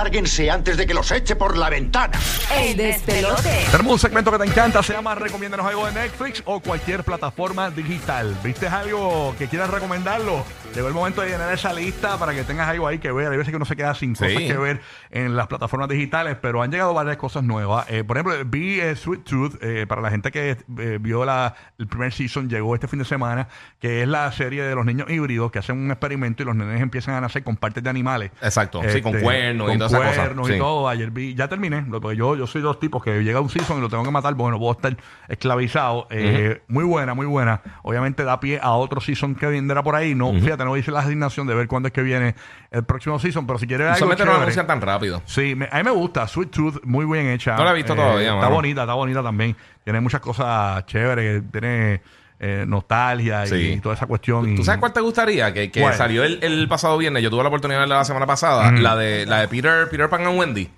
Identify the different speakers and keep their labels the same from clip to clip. Speaker 1: Lárguense antes de que los eche por la ventana.
Speaker 2: El
Speaker 3: este
Speaker 2: despelote.
Speaker 4: Tenemos un segmento que te encanta, se llama Recomiéndanos algo de Netflix o cualquier plataforma digital. ¿Viste algo que quieras recomendarlo? Llegó el momento de llenar esa lista para que tengas algo ahí que ver. Hay veces que uno se queda sin cosas
Speaker 5: Sí.
Speaker 4: que ver en las plataformas digitales, pero han llegado varias cosas nuevas. Eh, por ejemplo, vi eh, Sweet Tooth, eh, para la gente que eh, vio la, el primer season, llegó este fin de semana, que es la serie de los niños híbridos que hacen un experimento y los nenes empiezan a nacer con partes de animales. Este,
Speaker 5: Exacto, sí, con cuernos y
Speaker 4: con
Speaker 5: todas esas cosas,
Speaker 4: cuernos y
Speaker 5: sí.
Speaker 4: todo. Ayer vi, ya terminé, lo- porque yo, yo soy dos tipos que llega un season y lo tengo que matar, bueno, puedo estar esclavizado. Eh, Muy buena, muy buena. Obviamente da pie a otro season que vendrá por ahí. No, fíjate, no hice la asignación de ver cuándo es que viene el próximo season, pero si quieres ver algo
Speaker 5: Usualmente no lo
Speaker 4: chévere-
Speaker 5: anuncian tan rápido.
Speaker 4: Sí, me- a mí me gusta. Sweet Tooth, muy bien hecha. Eh,
Speaker 5: No la he visto todavía,
Speaker 4: Está
Speaker 5: mano.
Speaker 4: bonita, está bonita también. Tiene muchas cosas chéveres. Tiene eh, nostalgia y,
Speaker 5: Sí.
Speaker 4: toda esa cuestión. y-
Speaker 5: ¿Tú sabes cuál te gustaría? Que, que
Speaker 4: Mm. ¿Cuál?
Speaker 5: salió el, el pasado viernes. Yo tuve la oportunidad de verla la semana pasada. La de la de Peter, Peter Pan and Wendy.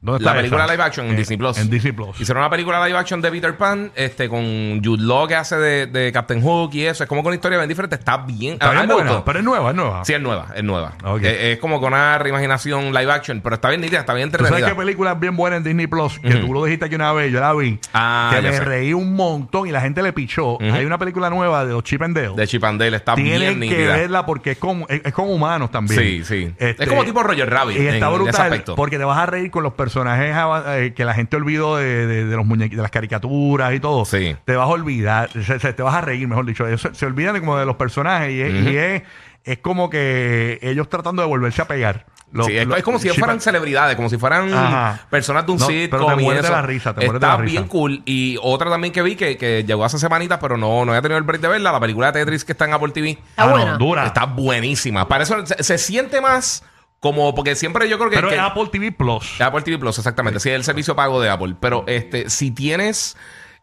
Speaker 4: ¿Dónde
Speaker 5: La
Speaker 4: está
Speaker 5: película
Speaker 4: esa?
Speaker 5: live action en
Speaker 4: Eh,
Speaker 5: Disney Plus.
Speaker 4: En Disney Plus.
Speaker 5: Hicieron una película live action de Peter Pan, este, con Jude Law que hace de, de Captain Hook y eso. Es como con una historia bien diferente. Está bien.
Speaker 4: Está
Speaker 5: a mí
Speaker 4: bien
Speaker 5: Ah, me
Speaker 4: buena,
Speaker 5: gustó.
Speaker 4: pero es nueva, es nueva.
Speaker 5: Sí, es nueva, es nueva.
Speaker 4: Ok.
Speaker 5: Eh, Es, como con una reimaginación live action, pero está bien nítida, está bien
Speaker 4: ¿Tú sabes qué
Speaker 5: entretenida.
Speaker 4: película es bien buena en Disney Plus? Que tú lo dijiste aquí una vez, yo la vi.
Speaker 5: Ah,
Speaker 4: que
Speaker 5: ya
Speaker 4: me
Speaker 5: sé.
Speaker 4: reí un montón y la gente le pichó. Hay una película nueva de los Chip and Dale.
Speaker 5: De Chipandel, está bien
Speaker 4: pues? Tienen que
Speaker 5: nítida.
Speaker 4: verla porque es con, es, es con humanos también.
Speaker 5: Sí, sí. Es como tipo Roger Rabbit
Speaker 4: Este, Y está
Speaker 5: en- en ese
Speaker 4: brutal
Speaker 5: aspecto.
Speaker 4: porque te vas a reír con los personajes ava- eh, que la gente olvidó de, de- de los muñequi- de las caricaturas y todo.
Speaker 5: Sí.
Speaker 4: Te vas a olvidar, se- se- te vas a reír, mejor dicho. Ellos se, se olvidan de como de los personajes y es, y es, es como que ellos tratando de volverse a pegar. Los-
Speaker 5: Sí, es,
Speaker 4: los-
Speaker 5: es como si
Speaker 4: Chip
Speaker 5: fueran
Speaker 4: and-
Speaker 5: celebridades, como si fueran
Speaker 4: Ajá.
Speaker 5: personas de un
Speaker 4: No,
Speaker 5: sitcom.
Speaker 4: pero te
Speaker 5: y
Speaker 4: mueres de
Speaker 5: eso.
Speaker 4: la risa, te mueres de
Speaker 5: Está
Speaker 4: la risa.
Speaker 5: bien cool. Y otra también que vi que, que llegó hace semanitas, pero no, no había tenido el break de verla, la película de Tetris que está en Apple TV.
Speaker 4: Ah,
Speaker 3: Está
Speaker 4: no,
Speaker 3: buena.
Speaker 4: dura.
Speaker 5: Está buenísima. Para eso se, se siente más como, porque siempre yo creo que...
Speaker 4: Pero
Speaker 5: que-
Speaker 4: es Apple TV Plus.
Speaker 5: Apple TV Plus, exactamente. Sí, es el servicio pago de Apple. Pero este, si tienes,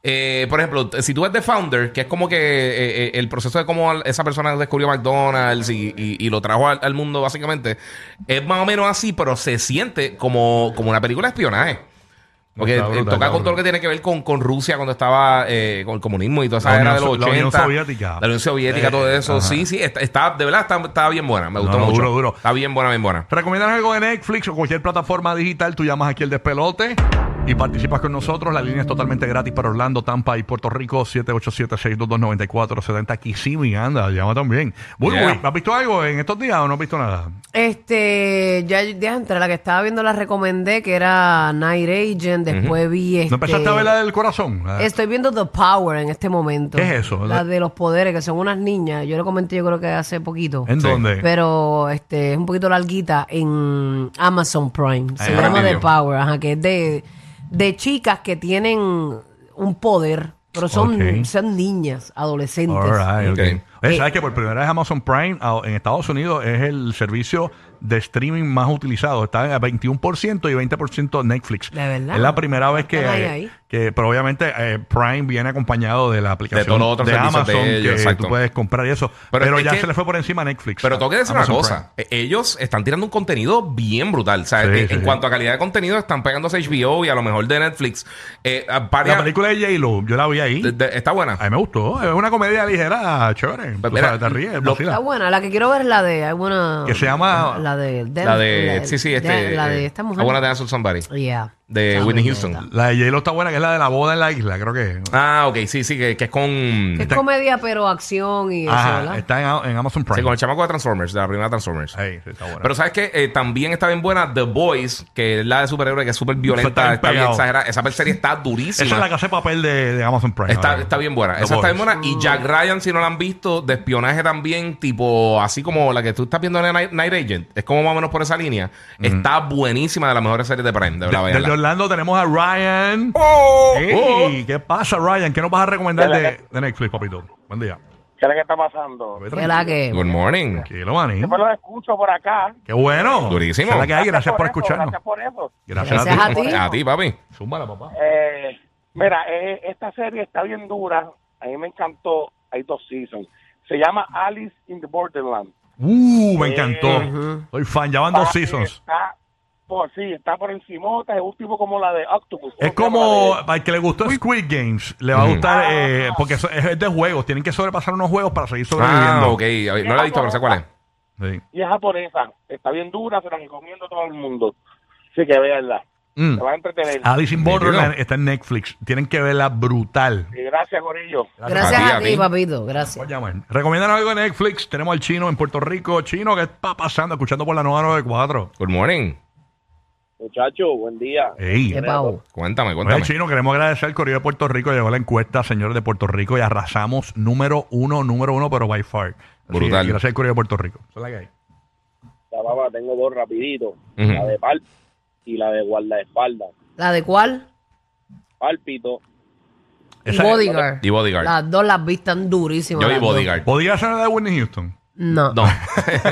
Speaker 5: eh, por ejemplo, t- si tú eres de founder, que es como que eh, eh, el proceso de cómo al- esa persona descubrió McDonald's y, y- y lo trajo al, al mundo, básicamente, es más o menos así, pero se siente como, como una película de espionaje. Porque
Speaker 4: Está
Speaker 5: eh,
Speaker 4: brutal,
Speaker 5: toca
Speaker 4: está
Speaker 5: con todo lo que tiene que ver con, con Rusia cuando estaba eh, con el comunismo y toda esa
Speaker 4: La
Speaker 5: era de
Speaker 4: Unión
Speaker 5: los
Speaker 4: So-
Speaker 5: 80.
Speaker 4: la Unión Soviética.
Speaker 5: La Unión Soviética,
Speaker 4: Eh,
Speaker 5: todo eso.
Speaker 4: ajá.
Speaker 5: Sí, sí, está, está- de verdad está, está bien buena. Me
Speaker 4: No,
Speaker 5: gustó
Speaker 4: no,
Speaker 5: mucho.
Speaker 4: duro, duro.
Speaker 5: Está bien buena, bien buena.
Speaker 4: Recomiendan algo de Netflix o cualquier plataforma digital, tú llamas aquí el despelote y participas con nosotros. La línea es totalmente gratis para Orlando, Tampa y Puerto Rico, 787-622-9470. Kissimmee, anda, llama también. Bueno,
Speaker 5: Yeah.
Speaker 4: ¿has visto algo en estos días o no has visto nada?
Speaker 3: Este, ya entre la que estaba viendo la recomendé, que era Night Agent, después vi este...
Speaker 4: ¿No empezaste a ver la del corazón? Ah,
Speaker 3: Estoy viendo The Power en este momento.
Speaker 4: ¿Qué es eso?
Speaker 3: La de los poderes, que son unas niñas. Yo lo comenté yo creo que hace poquito.
Speaker 4: ¿En
Speaker 5: Sí.
Speaker 4: dónde?
Speaker 3: Pero este es un poquito larguita en Amazon Prime. Se
Speaker 4: Ahí,
Speaker 3: llama
Speaker 5: Prime
Speaker 3: The
Speaker 5: Video.
Speaker 3: Power, ajá, que es de, de chicas que tienen un poder, pero son,
Speaker 4: Ok.
Speaker 3: son niñas, adolescentes.
Speaker 4: All right, ok.
Speaker 5: Ok.
Speaker 3: Eh,
Speaker 4: Oye, ¿Sabes que por primera vez Amazon Prime ah, en Estados Unidos es el servicio de streaming más utilizado? Está a 21% y 20% Netflix.
Speaker 3: ¿De verdad?
Speaker 4: Es la primera vez que...
Speaker 3: Están ahí, ahí.
Speaker 4: que pero obviamente eh, Prime viene acompañado de la aplicación
Speaker 5: todos los otros
Speaker 4: de
Speaker 5: servicios de
Speaker 4: Amazon
Speaker 5: ellos,
Speaker 4: que
Speaker 5: exacto.
Speaker 4: tú puedes comprar y eso. Pero,
Speaker 5: Pero es
Speaker 4: ya
Speaker 5: que-
Speaker 4: se le fue por encima a Netflix.
Speaker 5: Pero tengo que decir
Speaker 4: Ah, Amazon
Speaker 5: una cosa. E- Ellos están tirando un contenido bien brutal. O sea,
Speaker 4: Sí,
Speaker 5: en-
Speaker 4: sí,
Speaker 5: en
Speaker 4: sí.
Speaker 5: cuanto a calidad de contenido, están pegándose a HBO y a lo mejor de Netflix. Eh, a
Speaker 4: Prime.
Speaker 5: varias-
Speaker 4: La película de J-Lo, yo la vi ahí.
Speaker 5: de- de- está buena.
Speaker 4: A mí me gustó. Es una comedia ligera, chévere. Tú
Speaker 5: Pues mira,
Speaker 4: sabes, te ríes,
Speaker 5: lo-
Speaker 4: vacila.
Speaker 3: Está buena. La que quiero ver es la de alguna.
Speaker 4: Que se llama-
Speaker 3: La de.
Speaker 5: la de.
Speaker 3: la-
Speaker 5: sí, sí, este.
Speaker 3: de- la de
Speaker 5: eh,
Speaker 3: esta
Speaker 5: I
Speaker 3: mujer.
Speaker 5: Wanna Dance with Somebody.
Speaker 3: Yeah.
Speaker 5: De
Speaker 3: Está
Speaker 5: Whitney
Speaker 3: muy
Speaker 5: Houston.
Speaker 3: bonita.
Speaker 4: La de J-Lo está buena, que es la de la boda en la isla, creo que.
Speaker 5: Ah, ok, sí, sí, que, que es con.
Speaker 3: Que Es comedia, pero acción y eso,
Speaker 4: Ajá,
Speaker 3: ¿verdad?
Speaker 5: este,
Speaker 4: está en, en Amazon Prime.
Speaker 5: sí, con el chamaco de Transformers, de la primera Transformers.
Speaker 4: Ahí, sí, está buena.
Speaker 5: Pero sabes que también está bien buena The Boys, que es la de superhéroe, que es súper
Speaker 4: Está
Speaker 5: violenta,
Speaker 4: bien
Speaker 5: está bien
Speaker 4: pegado.
Speaker 5: exagerada. Esa serie está durísima.
Speaker 4: Esa es la que hace papel de, de Amazon Prime.
Speaker 5: Está,
Speaker 4: ¿verdad?
Speaker 5: está bien buena.
Speaker 4: The
Speaker 5: Esa está
Speaker 4: Boys.
Speaker 5: bien buena. Y Jack Ryan, si no la han visto, de espionaje también, tipo así como la que tú estás viendo en Night, Night Agent. Es como más o menos por esa línea. Está buenísima de las mejores series de Prime. De verdad,
Speaker 4: De- Desde
Speaker 5: véanla.
Speaker 4: Orlando tenemos a Ryan. Ey,
Speaker 5: Oh.
Speaker 4: ¿Qué pasa, Ryan? ¿Qué nos vas a recomendar de, de Netflix, papito? Buen día.
Speaker 6: ¿Qué es lo que está pasando?
Speaker 4: Papi,
Speaker 3: Que la
Speaker 4: tranquilo.
Speaker 3: que.
Speaker 5: Good morning.
Speaker 4: Tranquilo, maní.
Speaker 6: Yo los escucho por acá.
Speaker 4: Qué bueno.
Speaker 5: Durísimo.
Speaker 4: Esa es la que hay. Gracias por
Speaker 6: eso,
Speaker 4: escucharnos.
Speaker 6: Gracias por eso.
Speaker 4: Gracias,
Speaker 3: Gracias
Speaker 4: a ti.
Speaker 3: a ti.
Speaker 5: A ti, papi.
Speaker 4: Zúmbala, papá.
Speaker 6: Eh, mira, eh, esta serie está bien dura. A mí me encantó. Hay dos seasons. Se llama Alice in the Borderland.
Speaker 4: Uh, me encantó.
Speaker 3: Ujú.
Speaker 4: Soy fan. Ya van dos
Speaker 6: Ah,
Speaker 4: seasons.
Speaker 6: Está, por sí, está por encimota. Es un tipo como la de Octopus.
Speaker 4: Es
Speaker 6: ¿Cómo se llama
Speaker 4: como,
Speaker 6: la de-
Speaker 4: al que le gustó Squid Games, le va a
Speaker 5: Ujú.
Speaker 4: gustar,
Speaker 6: Ah.
Speaker 4: eh, porque eso- es es de juegos, tienen que sobrepasar unos juegos para seguir
Speaker 5: Ah,
Speaker 4: sobreviviendo.
Speaker 5: ok. No la he visto, pero sé cuál es.
Speaker 4: Sí.
Speaker 6: Y es japonesa. Está bien dura. Se la recomiendo a todo el mundo. Sí, que veanla.
Speaker 4: Mm.
Speaker 6: Te vas a entretener.
Speaker 4: Alice in Borderland
Speaker 5: Nítido.
Speaker 4: está en Netflix. Tienen que verla brutal.
Speaker 6: Y gracias, Gorillo.
Speaker 3: Gracias
Speaker 5: A ti,
Speaker 3: a
Speaker 5: a
Speaker 3: ti,
Speaker 5: ti.
Speaker 3: papito. Gracias.
Speaker 4: Voy a llamar. Recomiendan algo en Netflix. Tenemos al chino en Puerto Rico. Chino, ¿qué está pasando? Escuchando por la 994.
Speaker 5: Good morning.
Speaker 6: Muchachos, buen día.
Speaker 4: Ey.
Speaker 3: Qué pavo.
Speaker 5: Cuéntame,
Speaker 4: Oye,
Speaker 5: cuéntame.
Speaker 4: chino, queremos agradecer al Correo de Puerto Rico. Llegó la encuesta, señores de Puerto Rico, y arrasamos número uno, número uno, pero by far. Así
Speaker 5: Brutal.
Speaker 4: que gracias al Correo de Puerto Rico. Esa es la que hay.
Speaker 6: La baba, tengo dos rapidito.
Speaker 5: Ujú.
Speaker 6: La de Palp y la de guardaespaldas.
Speaker 3: ¿La de cuál?
Speaker 6: Pálpito.
Speaker 3: Y
Speaker 4: Esa-
Speaker 3: Bodyguard.
Speaker 5: Y Bodyguard.
Speaker 3: Las dos las vi tan durísimas.
Speaker 5: Yo vi
Speaker 3: las dos.
Speaker 5: Bodyguard.
Speaker 4: ¿Podría ser la de Whitney Houston?
Speaker 3: No.
Speaker 5: No.
Speaker 4: es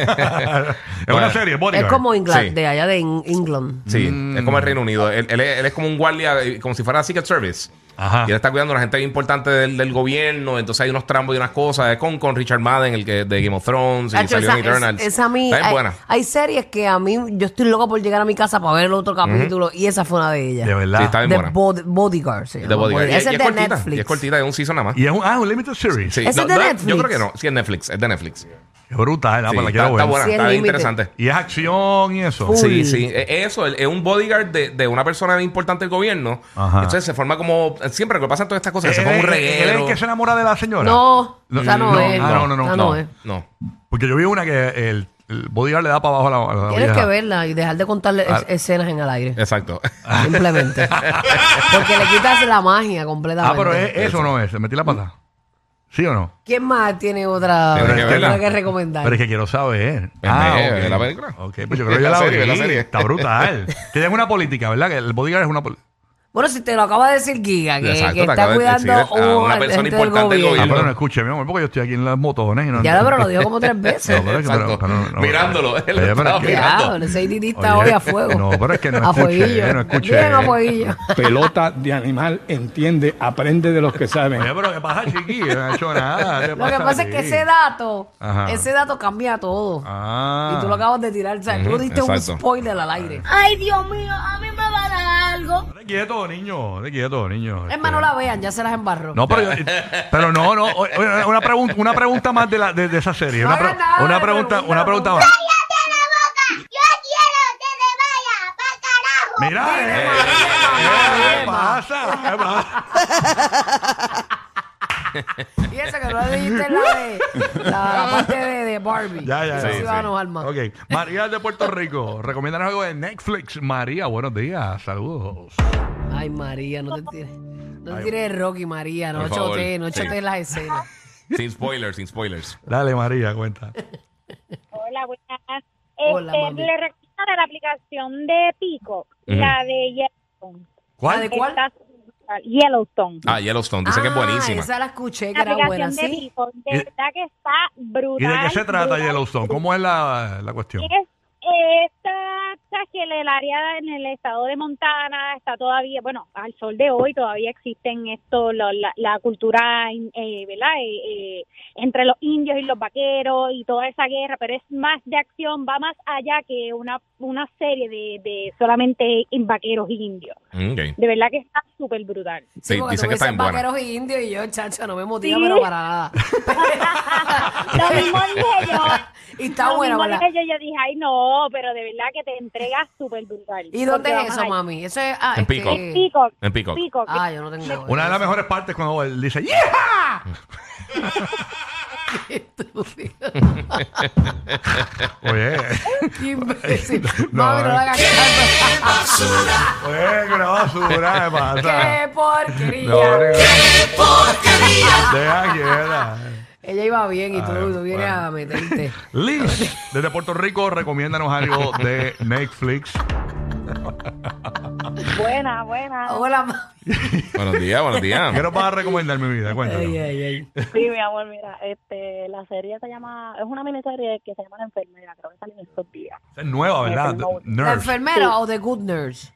Speaker 5: Bueno,
Speaker 4: una serie,
Speaker 3: Es
Speaker 4: Bodyguard.
Speaker 3: como Inglaterra,
Speaker 5: Sí.
Speaker 3: de allá de In- England.
Speaker 5: Sí, es como el Reino Unido. Él, él es, él es como un guardia, eh, como si fuera Secret Service.
Speaker 4: Ajá.
Speaker 5: Y él está cuidando a la gente importante del, del gobierno. Entonces hay unos trambos y unas cosas. Es con, con Richard Madden, el que de Game of Thrones. Y
Speaker 3: Hacho,
Speaker 5: salió
Speaker 3: esa,
Speaker 5: en Eternals.
Speaker 3: es- esa a mí,
Speaker 5: Está bien
Speaker 3: hay,
Speaker 5: buena.
Speaker 3: hay series que a mí, yo estoy loco por llegar a mi casa para ver el otro capítulo y esa fue una de ellas.
Speaker 4: De verdad.
Speaker 5: Sí, está bien
Speaker 3: The
Speaker 5: buena.
Speaker 3: Bod- Bodyguard. se
Speaker 5: Es de
Speaker 3: llama.
Speaker 5: Bodyguard. Y-
Speaker 3: Esa
Speaker 5: y
Speaker 3: es de
Speaker 5: cortita,
Speaker 3: Netflix.
Speaker 5: Y es cortita, es un season nada más.
Speaker 4: Y es un, ah, un limited series.
Speaker 5: Sí,
Speaker 3: ¿Esa es de Netflix?
Speaker 5: Yo creo que no. Sí, es Netflix. Es de Netflix.
Speaker 4: Qué brutal, ah,
Speaker 5: Sí,
Speaker 4: pues la
Speaker 5: está,
Speaker 4: quiero
Speaker 5: está
Speaker 4: ver.
Speaker 5: buena,
Speaker 3: Sí, es
Speaker 5: está bien
Speaker 3: límite.
Speaker 5: interesante.
Speaker 4: Y es acción y eso.
Speaker 3: Full.
Speaker 5: Sí, sí, E- eso, el- es un bodyguard de, de una persona importante del gobierno.
Speaker 4: Ajá.
Speaker 5: Entonces se forma como, siempre que pasan todas estas cosas, que se
Speaker 4: Él
Speaker 5: forma un
Speaker 4: es- él es
Speaker 5: reguero.
Speaker 4: el que se enamora de la señora?
Speaker 3: No, esa no,
Speaker 4: no,
Speaker 3: es.
Speaker 4: ah, no, no, no,
Speaker 3: esa
Speaker 5: no,
Speaker 3: es.
Speaker 5: no.
Speaker 4: Porque yo vi una que el, el bodyguard le da para abajo a la, a la
Speaker 3: Tienes
Speaker 4: Ah, vieja.
Speaker 3: que verla y dejar de contarle es-
Speaker 4: Ah.
Speaker 3: escenas en el aire.
Speaker 5: exacto.
Speaker 3: Simplemente. Porque le quitas la magia completamente.
Speaker 4: Ah, pero es- eso no es. Le metí la pata. ¿Sí o no?
Speaker 3: ¿Quién más tiene otra,
Speaker 5: Tienes que
Speaker 3: otra
Speaker 5: verla.
Speaker 3: que recomendar?
Speaker 4: Pero es que quiero saber. Ah,
Speaker 5: Pues ve, ve
Speaker 4: ok.
Speaker 5: la película.
Speaker 4: Ok, pues yo creo que
Speaker 5: Ve
Speaker 4: yo
Speaker 5: la
Speaker 4: la
Speaker 5: serie, ve
Speaker 4: vi.
Speaker 5: la serie.
Speaker 4: Está brutal. Que ella es una política, ¿verdad? Que el bodyguard es una política.
Speaker 3: Bueno, si te lo acaba de decir Giga, que,
Speaker 5: Exacto,
Speaker 3: que
Speaker 5: te
Speaker 3: está
Speaker 5: acaba de
Speaker 3: cuidando
Speaker 5: decir a una
Speaker 3: un-
Speaker 5: persona
Speaker 3: gente
Speaker 5: importante del
Speaker 4: Ah,
Speaker 5: gobierno.
Speaker 4: pero no escuche, mi amor, porque yo estoy aquí en las motones. Y no,
Speaker 3: Ya, pero lo dijo como tres
Speaker 4: No,
Speaker 3: veces.
Speaker 4: pero es que- pero-
Speaker 5: Exacto.
Speaker 4: pero no- no-
Speaker 5: Mirándolo, él lo
Speaker 4: Oye, pero
Speaker 5: estaba
Speaker 4: es que-
Speaker 5: mirando.
Speaker 3: Ya, ese IDD está
Speaker 4: Oye,
Speaker 3: hoy a fuego.
Speaker 4: no, pero es que no
Speaker 3: A
Speaker 4: escuché,
Speaker 3: fueguillo.
Speaker 4: no escuché.
Speaker 3: Bien, a fueguillo.
Speaker 7: pelota de animal, entiende, aprende de los que saben.
Speaker 4: Oye, pero ¿qué pasa, chiqui? Yo No he hecho nada. ¿qué
Speaker 3: Lo que
Speaker 4: pasa
Speaker 3: pasa es
Speaker 4: a
Speaker 3: que
Speaker 4: ti?
Speaker 3: ese dato,
Speaker 4: Ajá.
Speaker 3: ese dato cambia todo.
Speaker 4: Ah.
Speaker 3: Y tú lo acabas de tirar. O sea, tú
Speaker 5: Ujú,
Speaker 3: diste un
Speaker 5: exacto. Ah,
Speaker 3: spoiler al aire.
Speaker 8: Ay, Dios mío, a mí me va a dar algo.
Speaker 4: Estate quieto, niño. Estate quieto, niño. Este,
Speaker 3: Es más, no la vean, ya se las embarró.
Speaker 4: No, pero, yo- pero no, no. Oye, oye, Una pregunta, una pregunta más de, la, de, de esa serie.
Speaker 3: No
Speaker 4: Una,
Speaker 3: hagas
Speaker 4: pre-
Speaker 3: nada,
Speaker 4: una pregunta,
Speaker 3: pregunta,
Speaker 4: una pregunta más.
Speaker 3: pregunta.
Speaker 8: Yo quiero que te vaya pa' carajo.
Speaker 4: Mira, eh, eh, ¿qué pasa? ¿Qué pasa?
Speaker 3: Y eso que no le dijiste la de la, la parte de, de Barbie.
Speaker 4: Ya, ya,
Speaker 3: Eso
Speaker 4: ya.
Speaker 3: sí
Speaker 4: Sí,
Speaker 3: va a
Speaker 5: sí.
Speaker 3: enojar más.
Speaker 4: Ok, María de Puerto Rico. Recomiendan algo de Netflix. María, buenos días. Saludos.
Speaker 3: Ay, María, no te tires. No te
Speaker 4: Ay.
Speaker 3: tires de Rocky, María. No
Speaker 5: Por favor.
Speaker 3: chotees, no
Speaker 5: Sí.
Speaker 3: chotees las escenas.
Speaker 5: Sin spoilers, sin spoilers.
Speaker 4: Dale, María, cuenta.
Speaker 9: Hola, buenas.
Speaker 3: Hola,
Speaker 9: Este,
Speaker 3: mami.
Speaker 9: le recomiendo de la aplicación de Pico, la de Yellowstone.
Speaker 3: ¿La ¿Ah, de
Speaker 4: ¿Cuál?
Speaker 3: cuál?
Speaker 9: Está brutal. Yellowstone.
Speaker 5: Ah, Yellowstone, dice que es
Speaker 3: Ah,
Speaker 5: buenísima.
Speaker 3: Esa la escuché que
Speaker 9: la
Speaker 3: era
Speaker 9: aplicación
Speaker 3: buena,
Speaker 9: de
Speaker 3: ¿sí?
Speaker 9: Pico, de
Speaker 4: ¿Y-
Speaker 9: verdad que está
Speaker 4: ¿Y
Speaker 9: brutal.
Speaker 4: de qué se trata
Speaker 9: brutal.
Speaker 4: Yellowstone? ¿Cómo es la, la cuestión?
Speaker 9: Es, eh, trata que en el área, en el estado de Montana, está todavía, bueno, al sol de hoy todavía existen esto, lo- la, la cultura, eh, ¿verdad? Eh, eh, entre los indios y los vaqueros y toda esa guerra, pero es más de acción, va más allá que una, una serie de, de solamente vaqueros y indios.
Speaker 5: Mm, ok.
Speaker 9: De verdad que está súper brutal.
Speaker 5: Sí,
Speaker 3: porque
Speaker 5: dicen
Speaker 3: tú
Speaker 5: que
Speaker 3: me
Speaker 5: está
Speaker 3: dices
Speaker 5: bien buena.
Speaker 3: vaqueros y indios y yo, chacho, no me motiva,
Speaker 9: Sí.
Speaker 3: pero para nada.
Speaker 9: Lo mismo dije yo.
Speaker 3: y está
Speaker 9: Lo
Speaker 3: buena,
Speaker 9: mismo
Speaker 3: ¿verdad?
Speaker 9: dije yo, yo dije, ay no, pero de verdad que te entregas súper brutal.
Speaker 3: ¿Y dónde
Speaker 9: Porque
Speaker 3: es
Speaker 9: vamos
Speaker 3: eso,
Speaker 9: allá.
Speaker 3: mami? Eso es... Ah,
Speaker 5: En
Speaker 3: este-
Speaker 5: Peacock.
Speaker 9: En Peacock.
Speaker 5: En Peacock.
Speaker 9: Peacock.
Speaker 3: Ah, yo no tengo...
Speaker 4: Una de las mejores partes cuando él dice ¡Yeah!
Speaker 3: Este Estúpido.
Speaker 4: Oye,
Speaker 3: Qué imbécil.
Speaker 4: No,
Speaker 3: mami, no la hagas caso.
Speaker 4: oye, que una basura, ¿qué pasa?
Speaker 3: ¡Qué porquería!
Speaker 4: No, no, no. Deja quieta.
Speaker 3: Ella iba bien y tú,
Speaker 4: Ay,
Speaker 3: tú vienes
Speaker 4: Ah, bueno.
Speaker 3: a meterte.
Speaker 4: Liz, desde Puerto Rico, recomiéndanos algo de Netflix.
Speaker 9: Buena, buena.
Speaker 3: Hola, mami.
Speaker 5: Buenos días, buenos días.
Speaker 4: ¿Qué nos vas a recomendar, mi vida?
Speaker 3: Ay,
Speaker 4: Cuéntanos.
Speaker 3: ay, ay.
Speaker 9: Sí, mi amor, mira, este, la serie se llama, es una miniserie que se llama La Enfermera, creo que salió en estos días.
Speaker 4: Esa Es nueva, ¿verdad?
Speaker 3: ¿La
Speaker 4: Nurse.
Speaker 3: enfermera o The Good Nurse?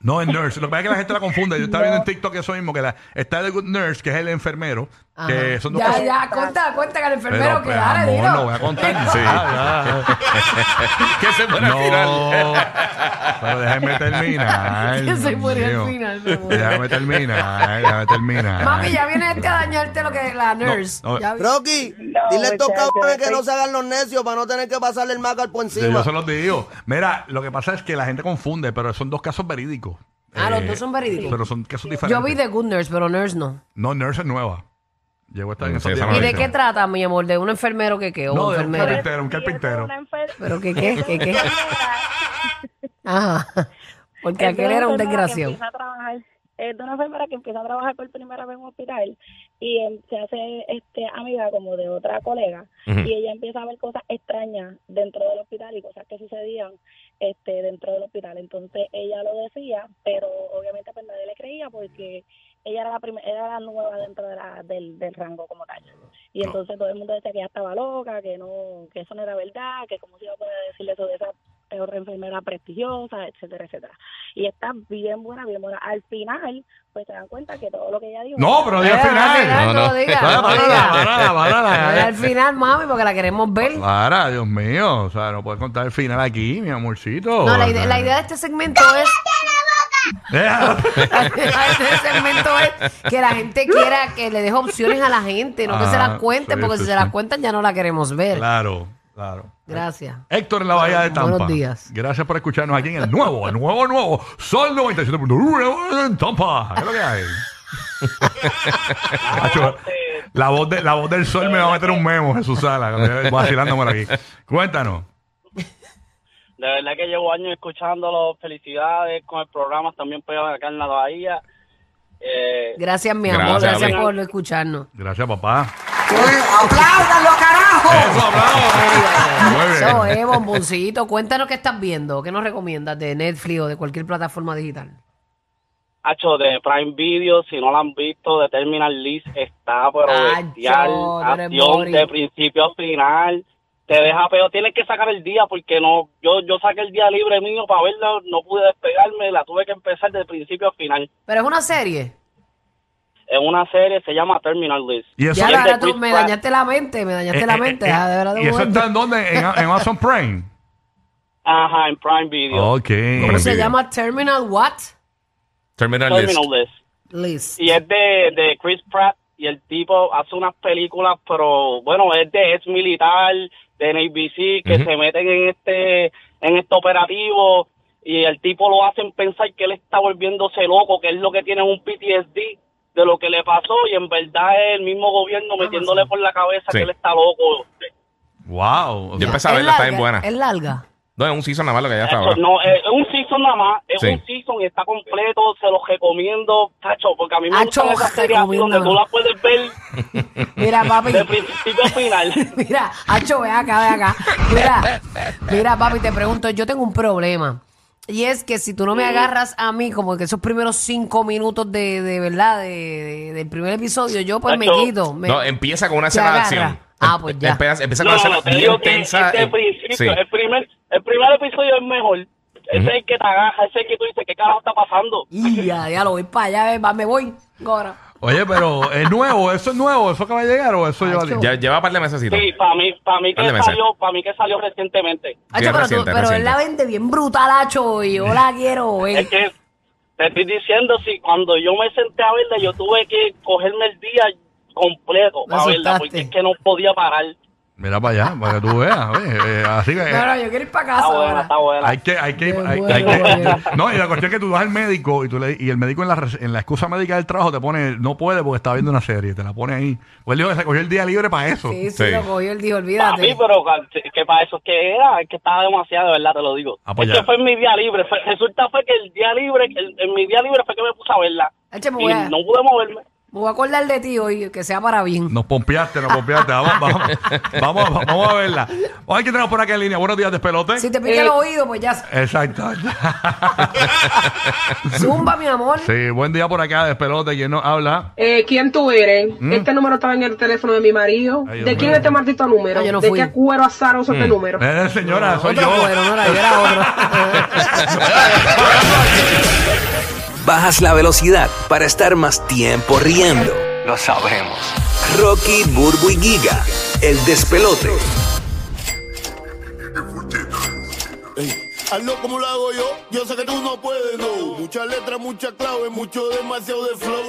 Speaker 4: No, es Nurse. Lo que pasa es que la gente la confunde. Yo estaba viendo en TikTok eso mismo, que la, está The Good Nurse, que es el enfermero,
Speaker 3: Ajá.
Speaker 4: Que son dos
Speaker 3: ya,
Speaker 4: personas.
Speaker 3: ya, cuenta, cuenta que el enfermero que
Speaker 4: pues,
Speaker 3: dale,
Speaker 4: amor,
Speaker 3: dilo.
Speaker 4: no voy a contar.
Speaker 5: Sí.
Speaker 4: Ah, ya.
Speaker 5: que se muera al final.
Speaker 4: No, pero déjame terminar.
Speaker 3: Que se muere al
Speaker 4: Dios.
Speaker 3: final, mi amor.
Speaker 4: Déjame terminar, déjame terminar.
Speaker 3: Mami, ya viene este a dañarte lo que la nurse.
Speaker 4: no.
Speaker 3: Ya-
Speaker 10: Rocky, dile a estos cabrones que no se hagan los necios para no tener que pasarle el macal por
Speaker 4: Sí, Yo
Speaker 10: encima.
Speaker 4: se los digo. Mira, lo que pasa es que la gente confunde, pero son dos casos verídicos. Eh,
Speaker 3: Ah, los dos son verídicos.
Speaker 4: Pero son casos diferentes.
Speaker 3: Yo vi The Good Nurse, pero Nurse no.
Speaker 4: No, Nurse es nueva. Llegó a estar en
Speaker 5: Sí,
Speaker 4: esos
Speaker 5: esa
Speaker 4: días.
Speaker 5: no
Speaker 3: ¿Y
Speaker 5: la
Speaker 3: de
Speaker 5: vi.
Speaker 3: qué trata, mi amor? ¿De un enfermero que qué? ¿O
Speaker 4: No, de un
Speaker 3: enfermera?
Speaker 4: carpintero, un carpintero.
Speaker 3: ¿Pero qué qué? ¿Qué qué? Ajá. Porque aquel era un desgraciado.
Speaker 9: Es de una enfermera que empieza a trabajar por primera vez en un hospital y él se hace este, amiga como de otra colega
Speaker 5: Ujú.
Speaker 9: y ella empieza a ver cosas extrañas dentro del hospital y cosas que sucedían este, dentro del hospital. Entonces ella lo decía, pero obviamente pues nadie le creía porque ella era la, prim- era la nueva dentro de la- del, del rango como tal. Y entonces todo el mundo decía que ella estaba loca, que no que eso no era verdad, que cómo se iba a poder decirle eso de esa peor enfermera prestigiosa, etcétera, etcétera. Y está bien buena, bien buena. Al final, pues se dan cuenta que todo lo que ella dijo...
Speaker 4: No, pero di al
Speaker 3: Eh, al
Speaker 4: final.
Speaker 3: final,
Speaker 5: No,
Speaker 3: no,
Speaker 5: no.
Speaker 3: diga,
Speaker 4: Para,
Speaker 3: no
Speaker 4: para,
Speaker 3: diga.
Speaker 4: para, para,
Speaker 3: Eh,
Speaker 4: para.
Speaker 3: Al final, mami, porque la queremos ver.
Speaker 4: Para, Dios mío. O sea, no puedes contar el final aquí, mi amorcito.
Speaker 3: No, la idea, la idea de este segmento es...
Speaker 4: Deja-
Speaker 3: La idea de este segmento es que la gente quiera que le deje opciones a la gente, no que se
Speaker 4: Ah,
Speaker 3: las cuente,
Speaker 4: sí,
Speaker 3: porque
Speaker 4: sí,
Speaker 3: si se las
Speaker 4: sí.
Speaker 3: cuentan ya no la queremos ver.
Speaker 4: Claro, claro.
Speaker 3: Gracias.
Speaker 4: Héctor en la Bahía de Tampa.
Speaker 3: Buenos días.
Speaker 4: Gracias por escucharnos aquí en el nuevo, el nuevo, nuevo. Sol 97.1 en Tampa. ¿Qué es lo que hay? Macho, la, voz de- la voz del sol me va a meter un memo, Jesús Sala, vacilándome aquí. Cuéntanos.
Speaker 6: De verdad que llevo años escuchándolo. Felicidades con el programa. También pegado acá en la Bahía. Eh,
Speaker 3: Gracias, mi amor.
Speaker 5: Gracias,
Speaker 3: Gracias
Speaker 5: Abel.
Speaker 3: por escucharnos.
Speaker 4: Gracias, papá.
Speaker 10: ¡Apláudalo, carajo!
Speaker 4: Eso, bravo. Muy bien.
Speaker 3: Eso es, bomboncito. Cuéntanos qué estás viendo. ¿Qué nos recomiendas de Netflix o de cualquier plataforma digital?
Speaker 6: Hacho, de Prime Video, si no la han visto, de Terminal List está pero
Speaker 3: Acho,
Speaker 6: bestial.
Speaker 3: tú eres
Speaker 6: Acción
Speaker 3: Boris.
Speaker 6: de principio a final. Te deja peor, tienes que sacar el día porque no, yo, yo saqué el día libre mío para verla, no pude despegarme, la tuve que empezar de principio a final.
Speaker 3: Pero es una serie.
Speaker 6: Es una serie, se llama Terminal List.
Speaker 4: Y eso,
Speaker 3: Ya
Speaker 6: es
Speaker 3: la
Speaker 6: de
Speaker 3: verdad, tú
Speaker 6: Chris
Speaker 3: me
Speaker 6: Pratt.
Speaker 3: dañaste la mente, me dañaste
Speaker 4: eh,
Speaker 3: la
Speaker 4: eh,
Speaker 3: mente.
Speaker 4: eh,
Speaker 3: ah, de verdad,
Speaker 4: ¿Y eso
Speaker 3: momento.
Speaker 4: está en dónde? En, en Amazon Prime.
Speaker 6: Ajá, en Prime Video.
Speaker 4: Ok.
Speaker 3: ¿Cómo se
Speaker 5: Envidia.
Speaker 3: llama? Terminal What?
Speaker 5: Terminal list.
Speaker 6: Terminal List.
Speaker 3: List.
Speaker 6: Y es de, de Chris Pratt y el tipo hace unas películas, pero bueno, es de ex militar de NBC que
Speaker 5: Ujú.
Speaker 6: se meten en este en este operativo y el tipo lo hacen pensar que él está volviéndose loco, que es lo que tiene es un PTSD de lo que le pasó y en verdad es el mismo gobierno metiéndole por la cabeza
Speaker 5: Sí.
Speaker 6: que él está loco.
Speaker 4: Wow. o
Speaker 5: Yo
Speaker 4: sea,
Speaker 5: empecé a verla, está bien buena.
Speaker 3: Es larga.
Speaker 5: No, es un season nada más lo que ya está
Speaker 6: Tacho,
Speaker 5: ahora.
Speaker 6: no, es es un season nada más, es
Speaker 5: Sí.
Speaker 6: un season y está completo, se los recomiendo, tacho, porque a mí me
Speaker 3: Tacho,
Speaker 6: gustan esas
Speaker 3: te
Speaker 6: series así donde
Speaker 3: recomiendo.
Speaker 6: tú las puedes ver
Speaker 3: Mira, papi.
Speaker 6: de principio a final.
Speaker 3: Mira, Hacho, ve acá, ve acá. Mira, mira, papi, te pregunto, yo tengo un problema. Y es que si tú no me agarras a mí, como que esos primeros cinco minutos de, de verdad, de, de- del primer episodio, yo pues me
Speaker 6: Nacho.
Speaker 3: quito. me-
Speaker 5: No, empieza con una
Speaker 3: Se
Speaker 5: escena de
Speaker 3: agarra.
Speaker 5: acción. Em,
Speaker 3: Ah, pues ya.
Speaker 5: Empieza, empieza
Speaker 6: No,
Speaker 5: con una
Speaker 6: no, te
Speaker 5: escena
Speaker 6: digo
Speaker 5: bien
Speaker 6: que
Speaker 5: tensa.
Speaker 6: este
Speaker 5: eh,
Speaker 6: principio,
Speaker 5: sí.
Speaker 6: el, primer, el primer episodio es mejor. Ese es el que te agarra, ese es el que tú dices, ¿qué carajo está pasando?
Speaker 3: Y ya, ya lo voy para allá, ve, va, me voy. Ahora.
Speaker 4: Oye, pero es nuevo, eso es nuevo, eso acaba de llegar o eso lleva
Speaker 3: Acho.
Speaker 4: tiempo?
Speaker 5: Ya lleva un par de meses.
Speaker 6: Sí, para mí, para mí que
Speaker 5: Dale, Mercedes.
Speaker 6: salió, para mí que salió recientemente.
Speaker 3: Hacho, pero, tú-
Speaker 5: reciente,
Speaker 3: pero él
Speaker 5: reciente.
Speaker 3: la vende bien brutal, Hacho, y yo la quiero
Speaker 6: Es
Speaker 3: ver.
Speaker 6: que te estoy diciendo, si cuando yo me senté a verla, yo tuve que cogerme el día completo
Speaker 3: Me
Speaker 6: para verla,
Speaker 3: asustaste.
Speaker 6: porque es que no podía parar.
Speaker 4: Mira para allá, para que tú veas. oye, eh, así que. eh,
Speaker 3: No, no, yo quiero ir para casa.
Speaker 6: Está buena,
Speaker 3: ahora.
Speaker 6: está buena.
Speaker 4: Hay que, hay que,
Speaker 3: Qué
Speaker 4: hay,
Speaker 3: bueno,
Speaker 4: hay que-
Speaker 3: Gabriel.
Speaker 4: no, y la cuestión es que tú vas al médico y tú le, y el médico en la, res- en la excusa médica del trabajo te pone, no puede porque está viendo una serie, te la pone ahí. Pues él dijo que se cogió el día libre para eso.
Speaker 3: Sí, sí,
Speaker 5: Sí.
Speaker 3: lo cogió, él dijo,
Speaker 6: Para mí,
Speaker 3: olvídate.
Speaker 6: pero que para eso es que era, es que estaba demasiado, de verdad, te lo digo.
Speaker 4: Ah, pues
Speaker 6: es
Speaker 4: ya.
Speaker 6: que fue en mi día libre. fue- resulta fue que el día libre, el- en mi día libre fue que me puse a verla.
Speaker 3: Hacho, me
Speaker 6: Y
Speaker 3: pues voy a,
Speaker 6: no pude moverme.
Speaker 3: me voy a acordar de ti hoy, que sea para bien.
Speaker 4: Nos pompeaste, nos pompeaste. Vamos, vamos, vamos, vamos a verla. Oye, que tenemos por acá en línea. Buenos días, despelote.
Speaker 3: Si te pica el oído, pues ya
Speaker 4: Exacto.
Speaker 3: zumba, mi amor.
Speaker 4: sí, buen día por acá, despelote. ¿Quién nos habla?
Speaker 11: Eh, ¿Quién tú eres?
Speaker 4: Mm.
Speaker 11: Este número estaba en el teléfono de mi marido.
Speaker 4: Ay, Dios
Speaker 11: ¿De quién
Speaker 4: mío.
Speaker 11: es este maldito número?
Speaker 3: No, yo no
Speaker 11: ¿De
Speaker 3: fui.
Speaker 11: qué cuero azaroso este número?
Speaker 4: Eh, señora, soy
Speaker 3: Otro
Speaker 4: yo.
Speaker 3: cuero, no era yo, era otro.
Speaker 10: Bajas la velocidad para estar más tiempo riendo. Lo sabemos.
Speaker 12: Rocky, Burbu y Giga, el despelote.
Speaker 13: Hazlo como lo hago yo, yo sé que tú no puedes, no. Muchas letras, muchas claves, mucho demasiado de flow.